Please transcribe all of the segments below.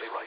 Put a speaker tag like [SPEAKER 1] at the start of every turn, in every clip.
[SPEAKER 1] Thank you.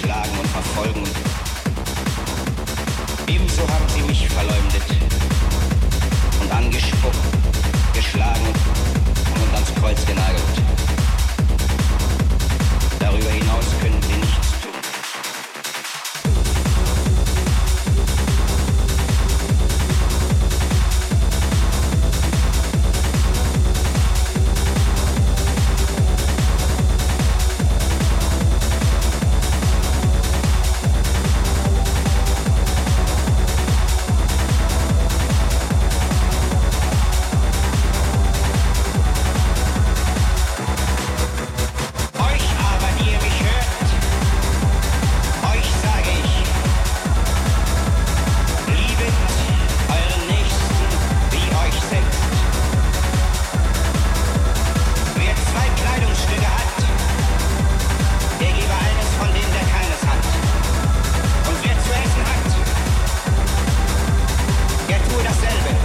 [SPEAKER 2] schlagen und verfolgen. Ebenso haben sie mich verleumdet und angespuckt, geschlagen und ans Kreuz genagelt. Darüber hinaus können sie nichts tun. Euch aber, die ihr mich hört, euch sage ich, liebet euren Nächsten wie euch selbst. Wer zwei Kleidungsstücke hat, der gebe eines von dem, der keines hat. Und wer zu essen hat, der tue dasselbe.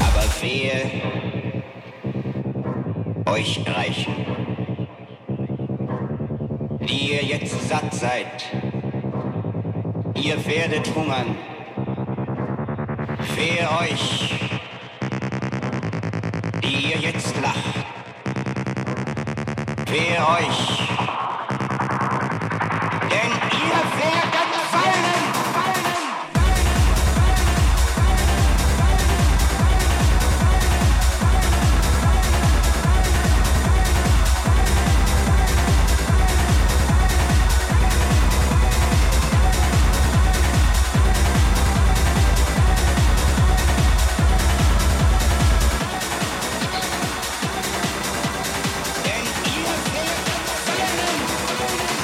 [SPEAKER 2] Aber wehe euch reichen. Die ihr jetzt satt seid, ihr werdet hungern. Wehe euch, die ihr jetzt lacht. Wehe euch, denn ihr werdet fallen, fallen. Denn ihr werdet fallen.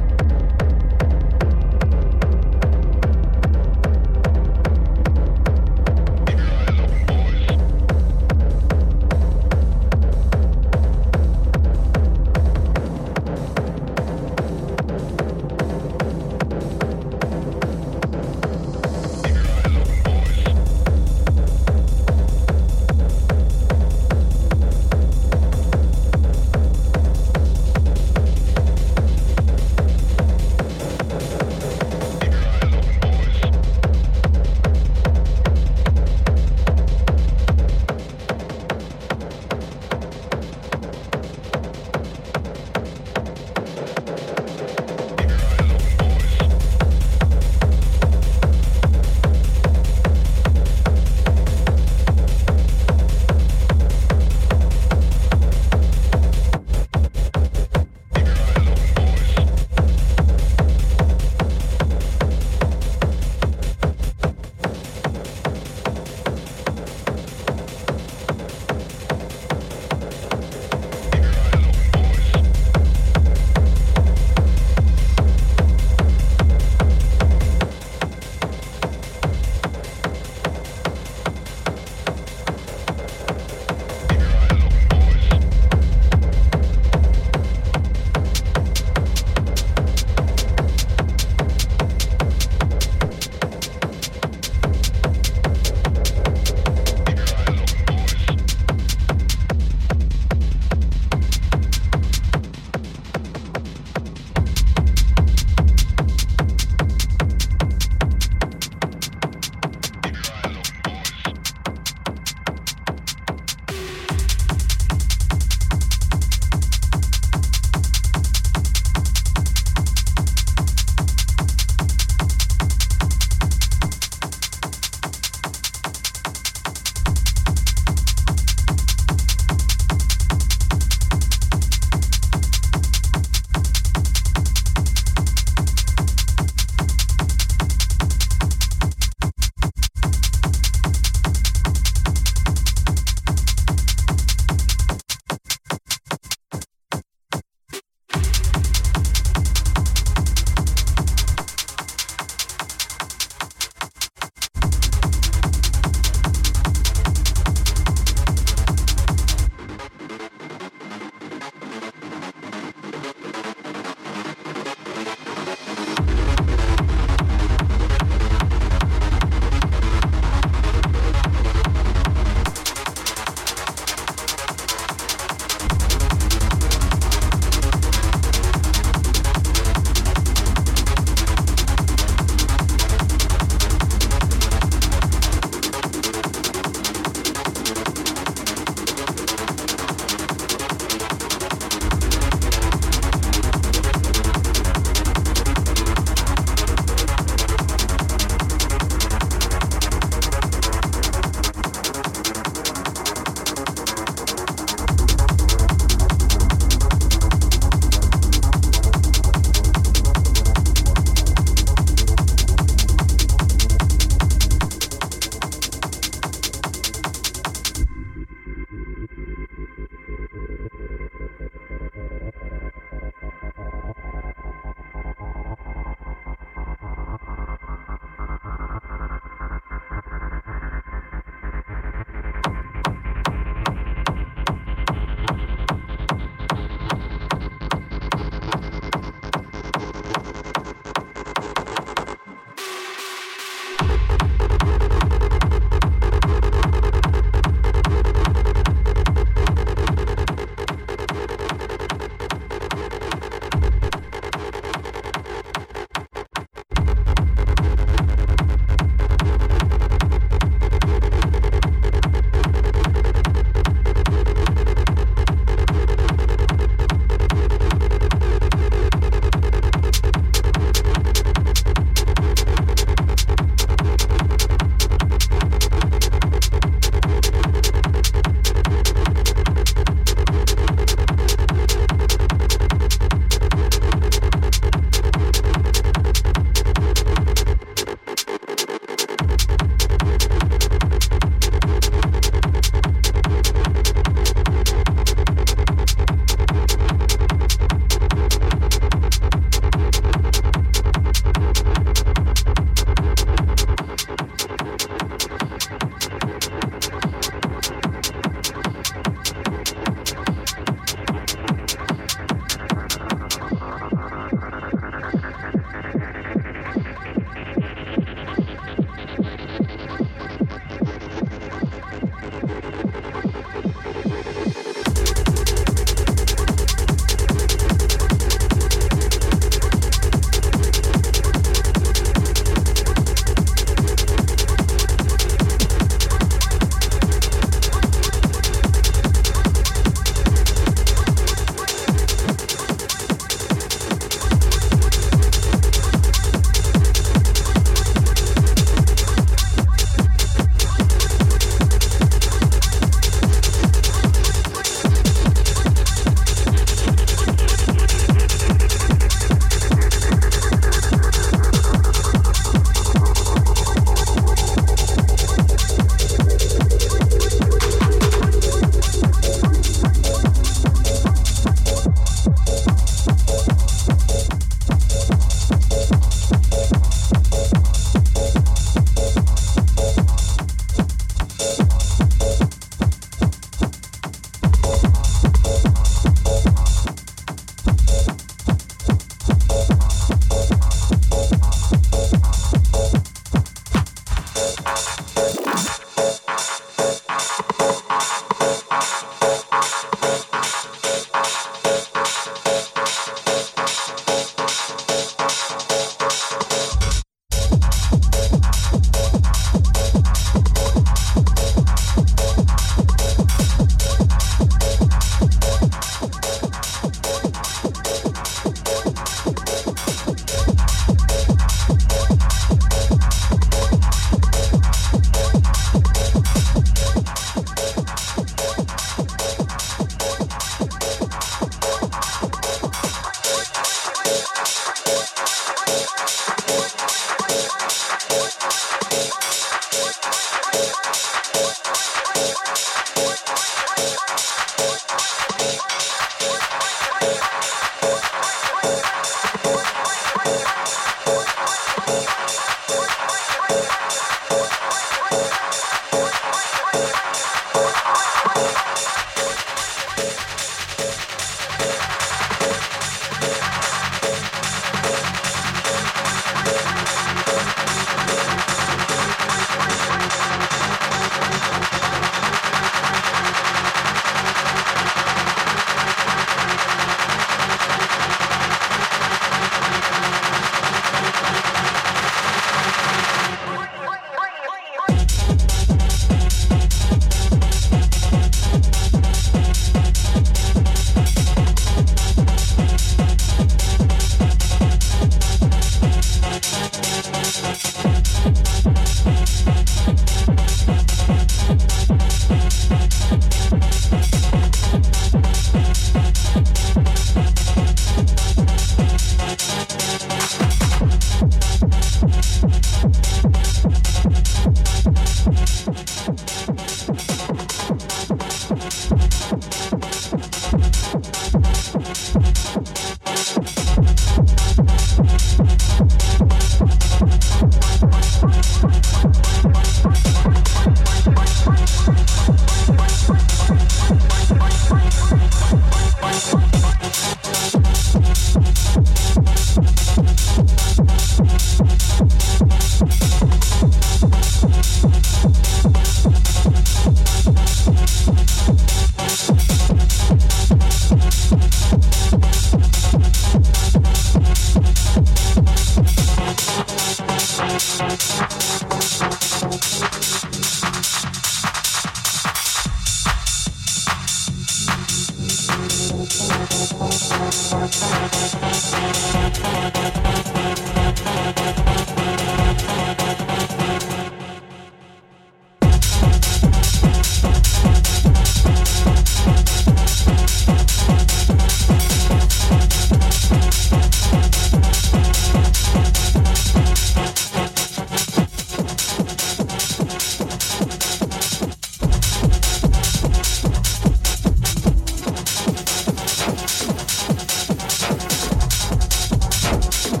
[SPEAKER 3] Thank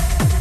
[SPEAKER 3] Thank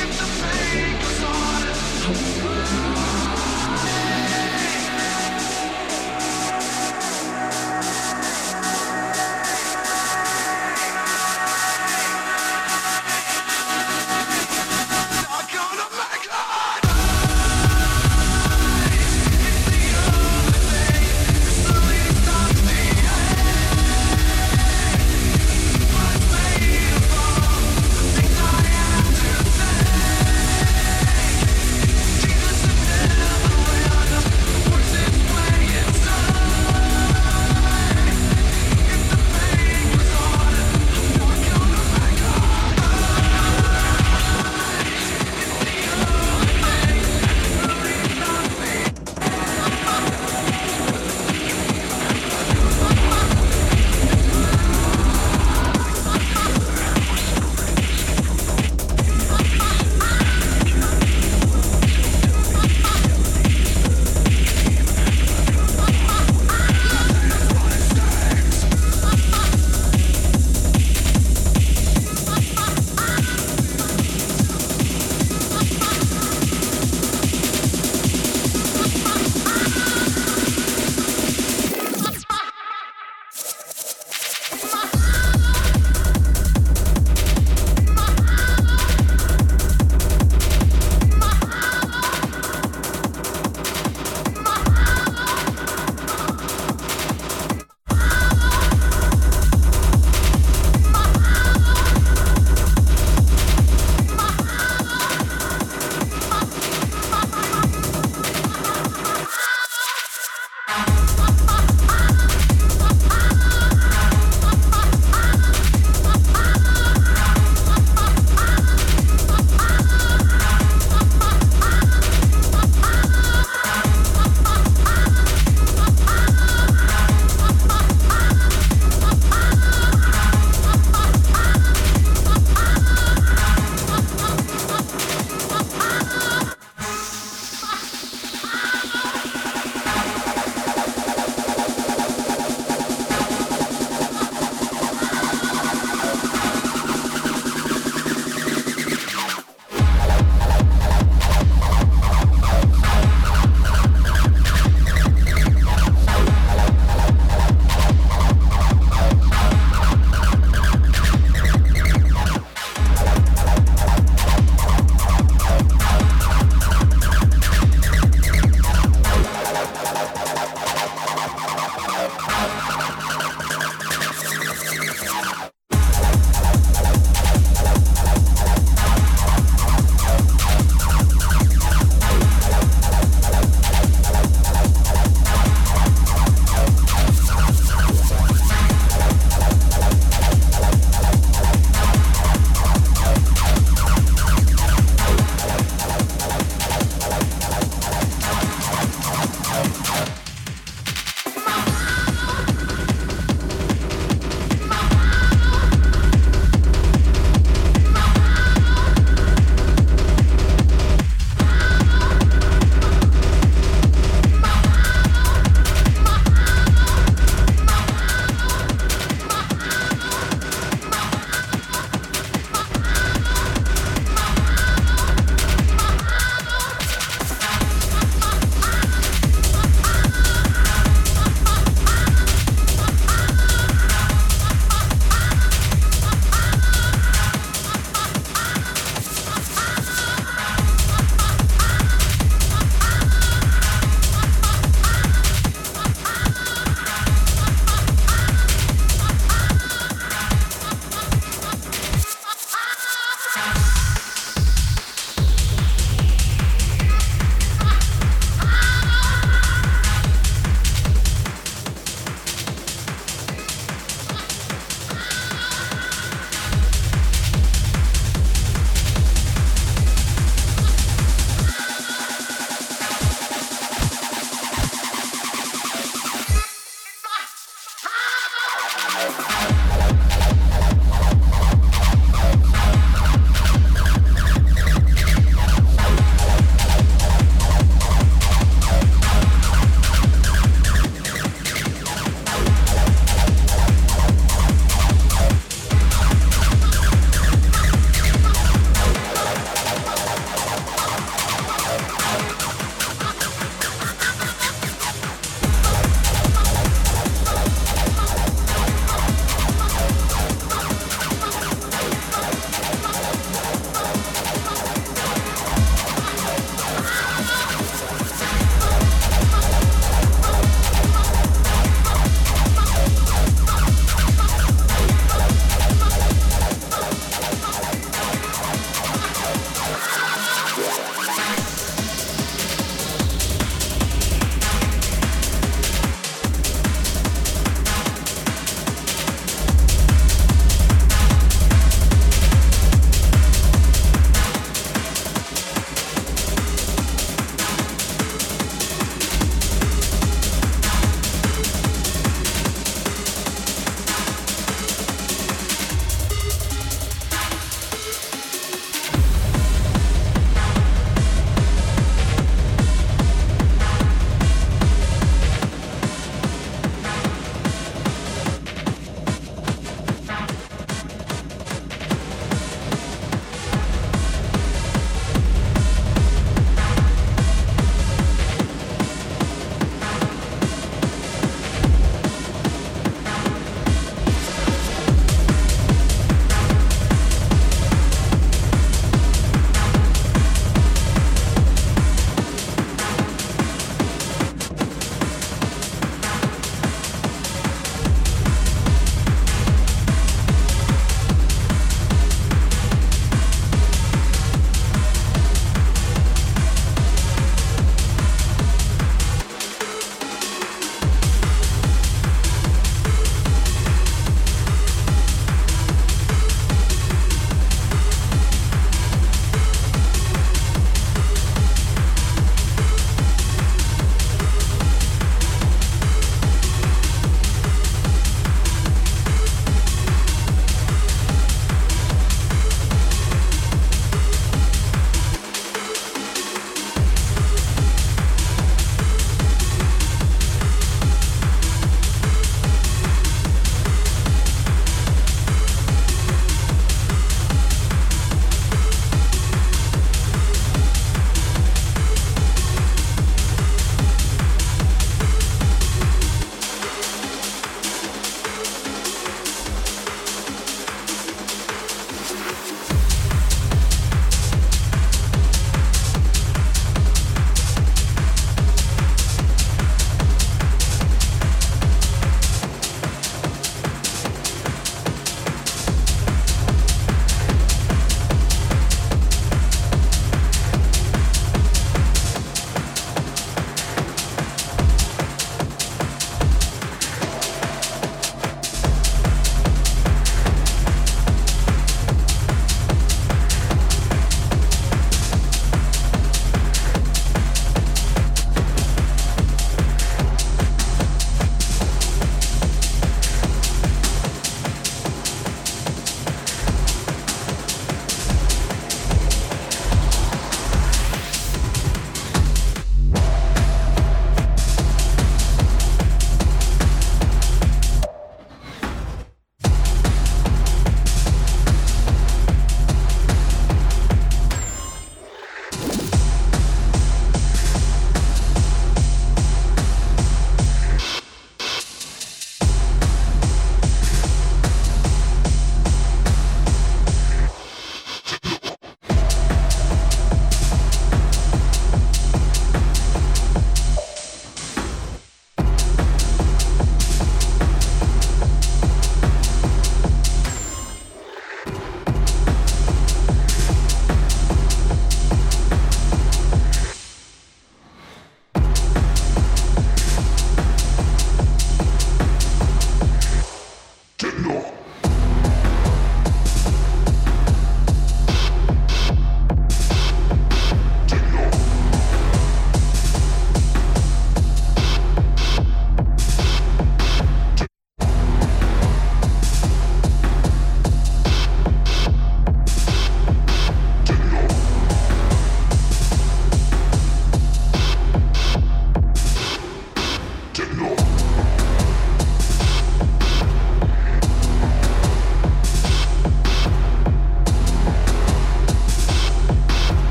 [SPEAKER 3] If the pain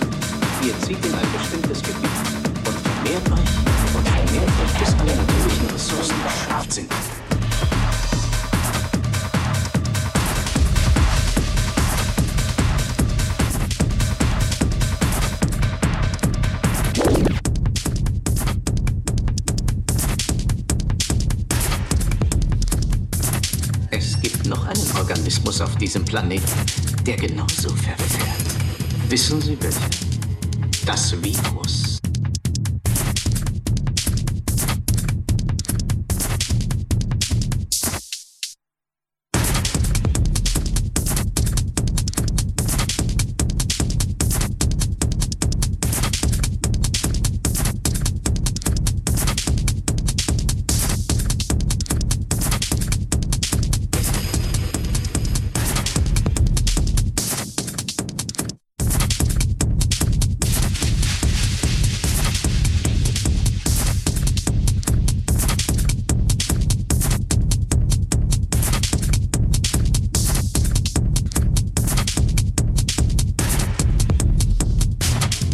[SPEAKER 4] ein bestimmtes Gebiet und mehrreich und vermehrreich, bis alle natürlichen Ressourcen beschafft sind. Es gibt noch einen Organismus auf diesem Planeten, der genauso verfährt. Wissen Sie welchen? Das Virus.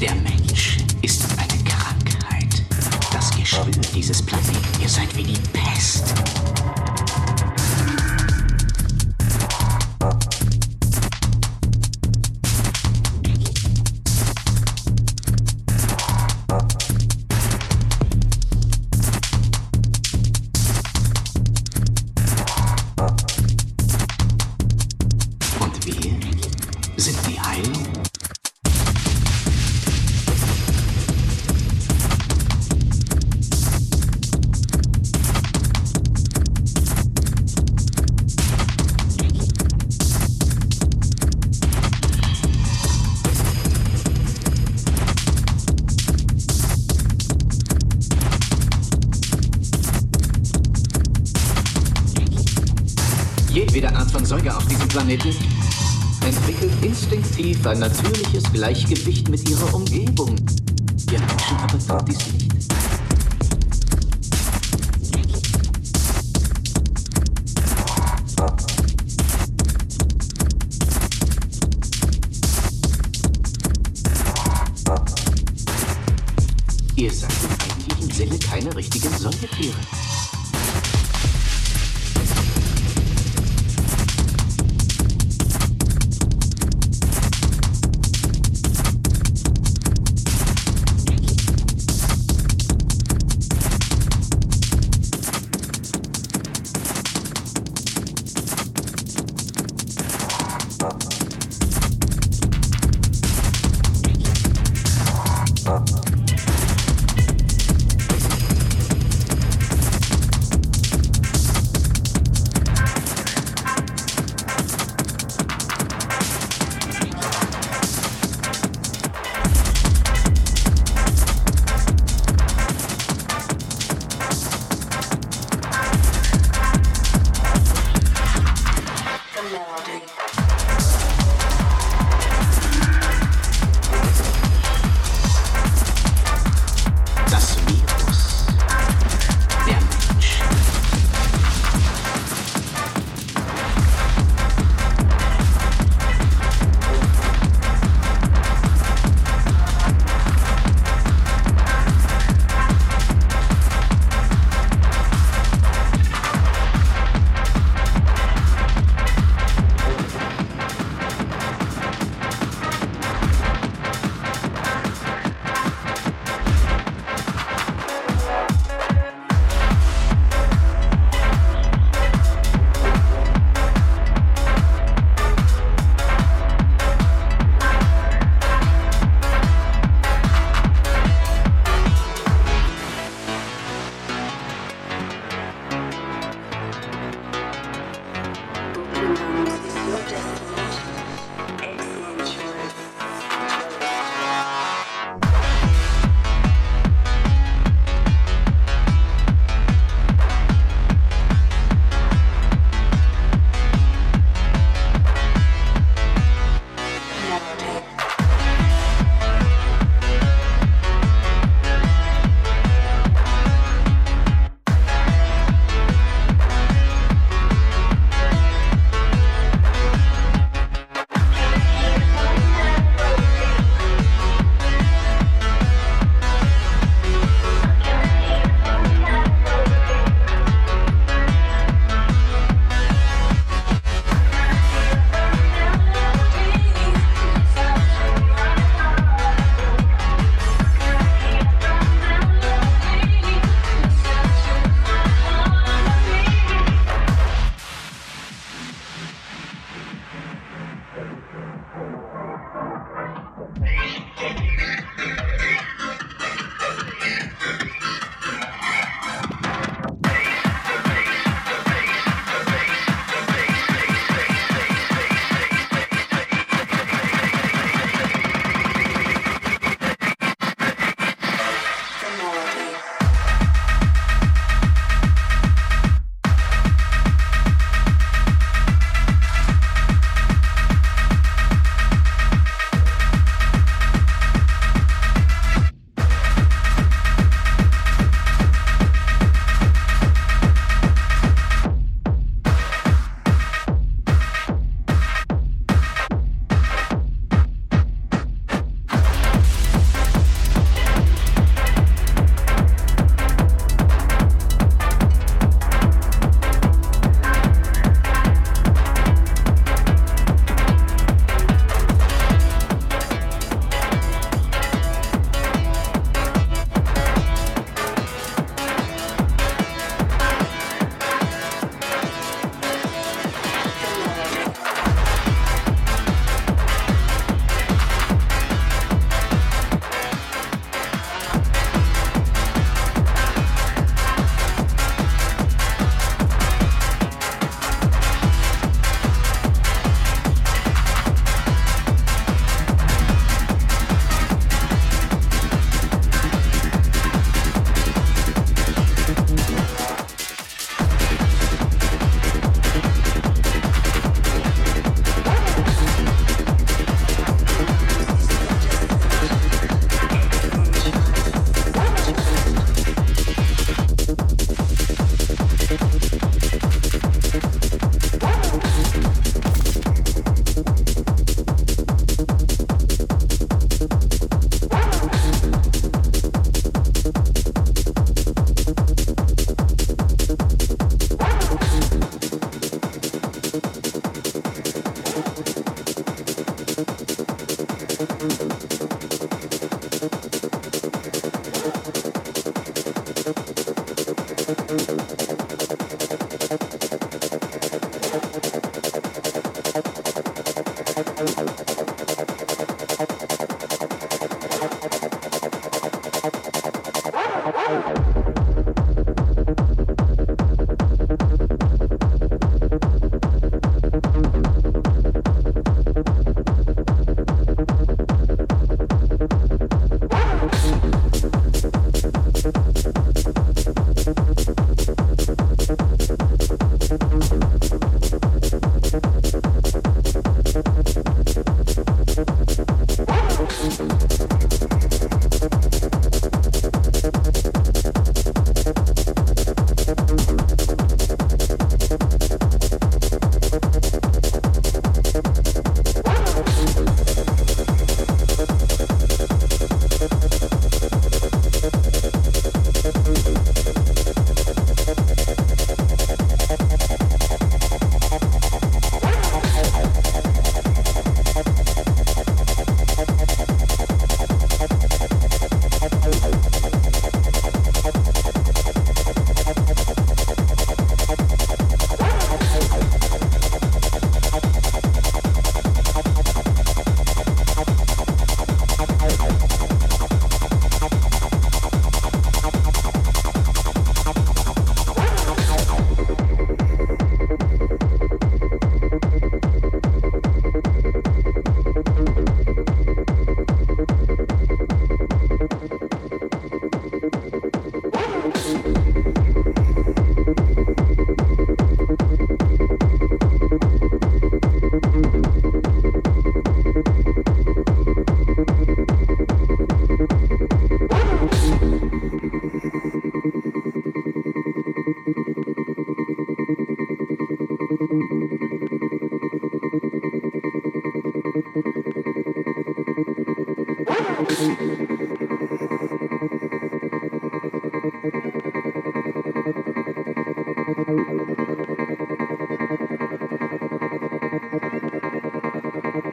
[SPEAKER 4] Der Mensch ist eine Krankheit. Das Geschwür dieses Planeten, ihr seid wie die Pest. Und wir sind die Heilung. Jedwede Art von Säuger auf diesem Planeten entwickelt instinktiv ein natürliches Gleichgewicht mit ihrer Umgebung. Wir Menschen aber tun dies nicht. Ihr seid im eigentlichen Sinne keine richtigen Säugetiere.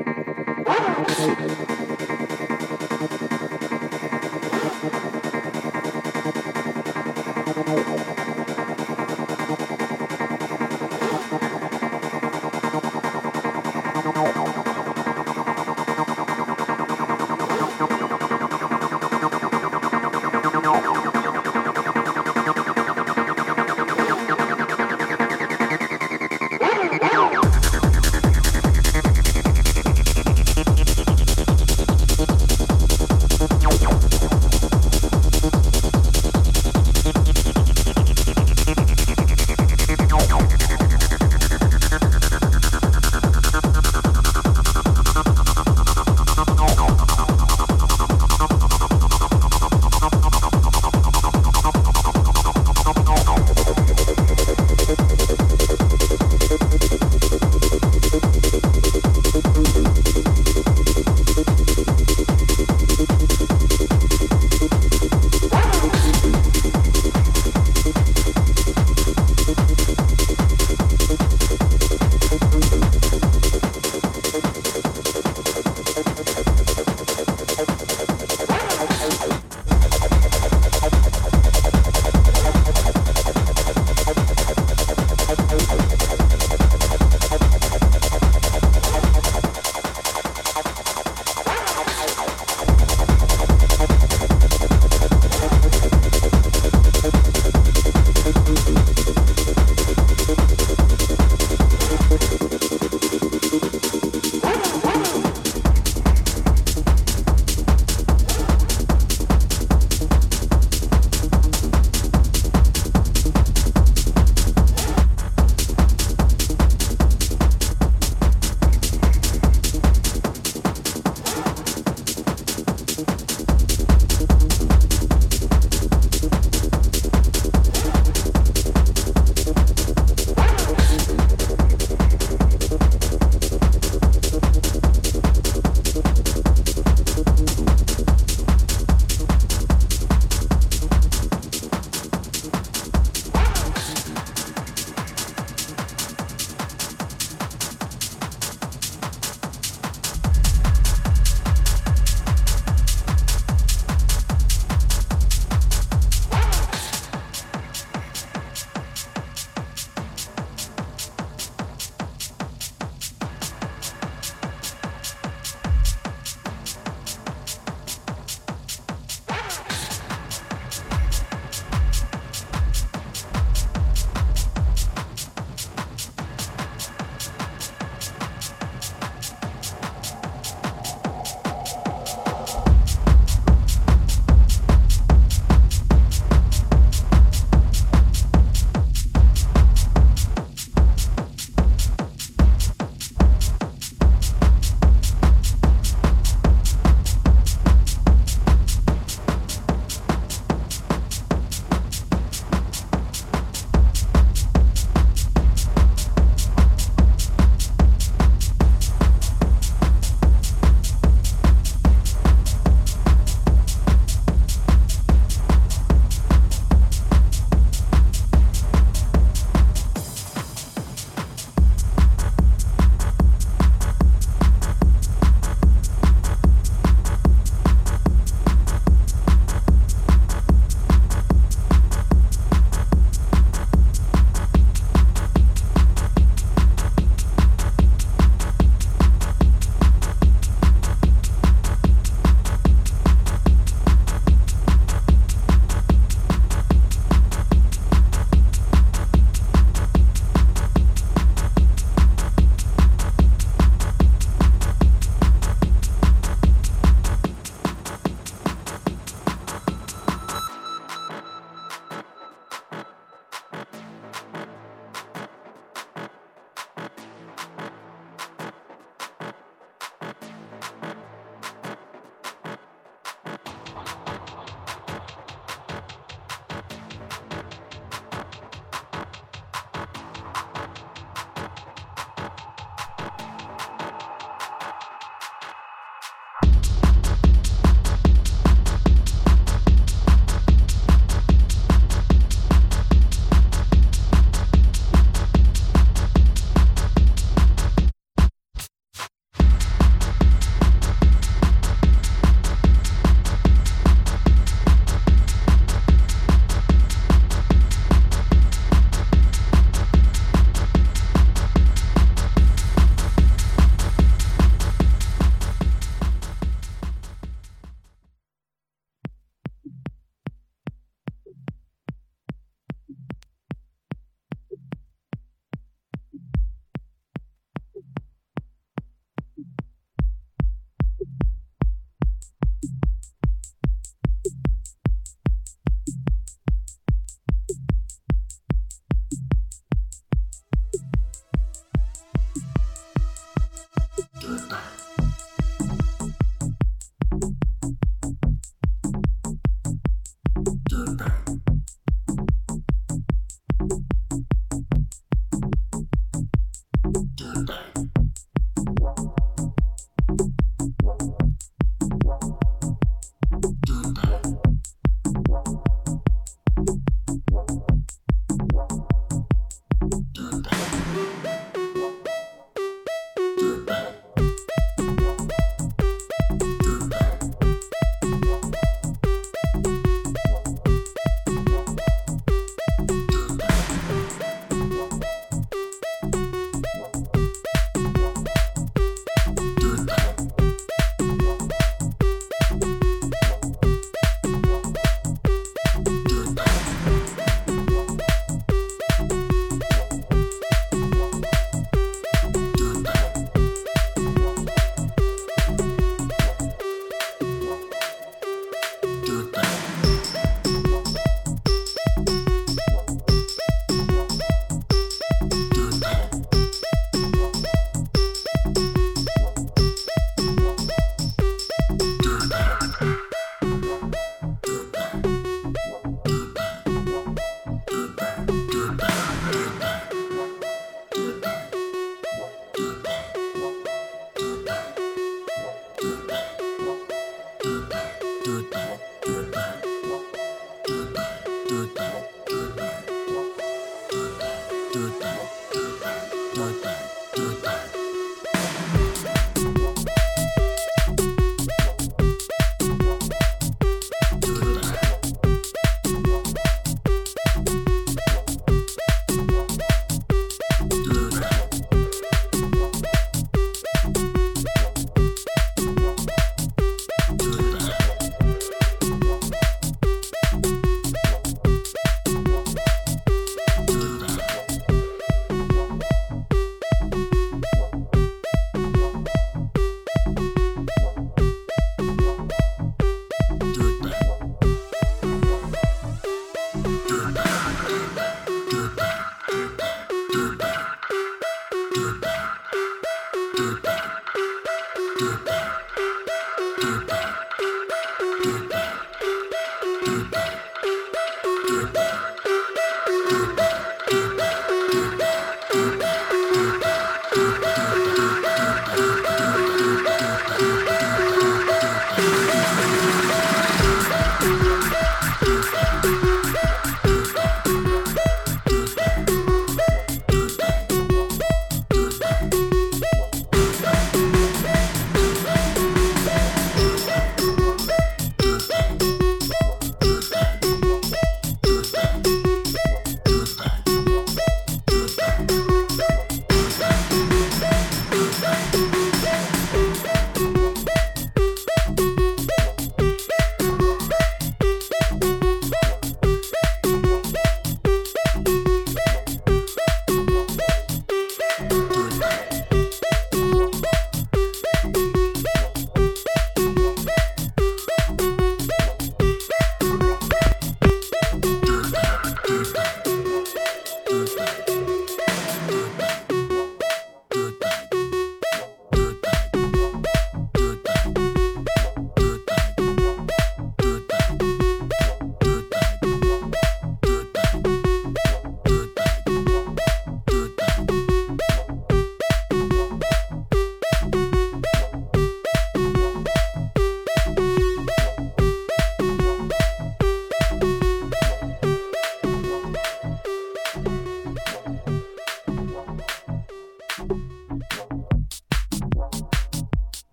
[SPEAKER 5] Thank you.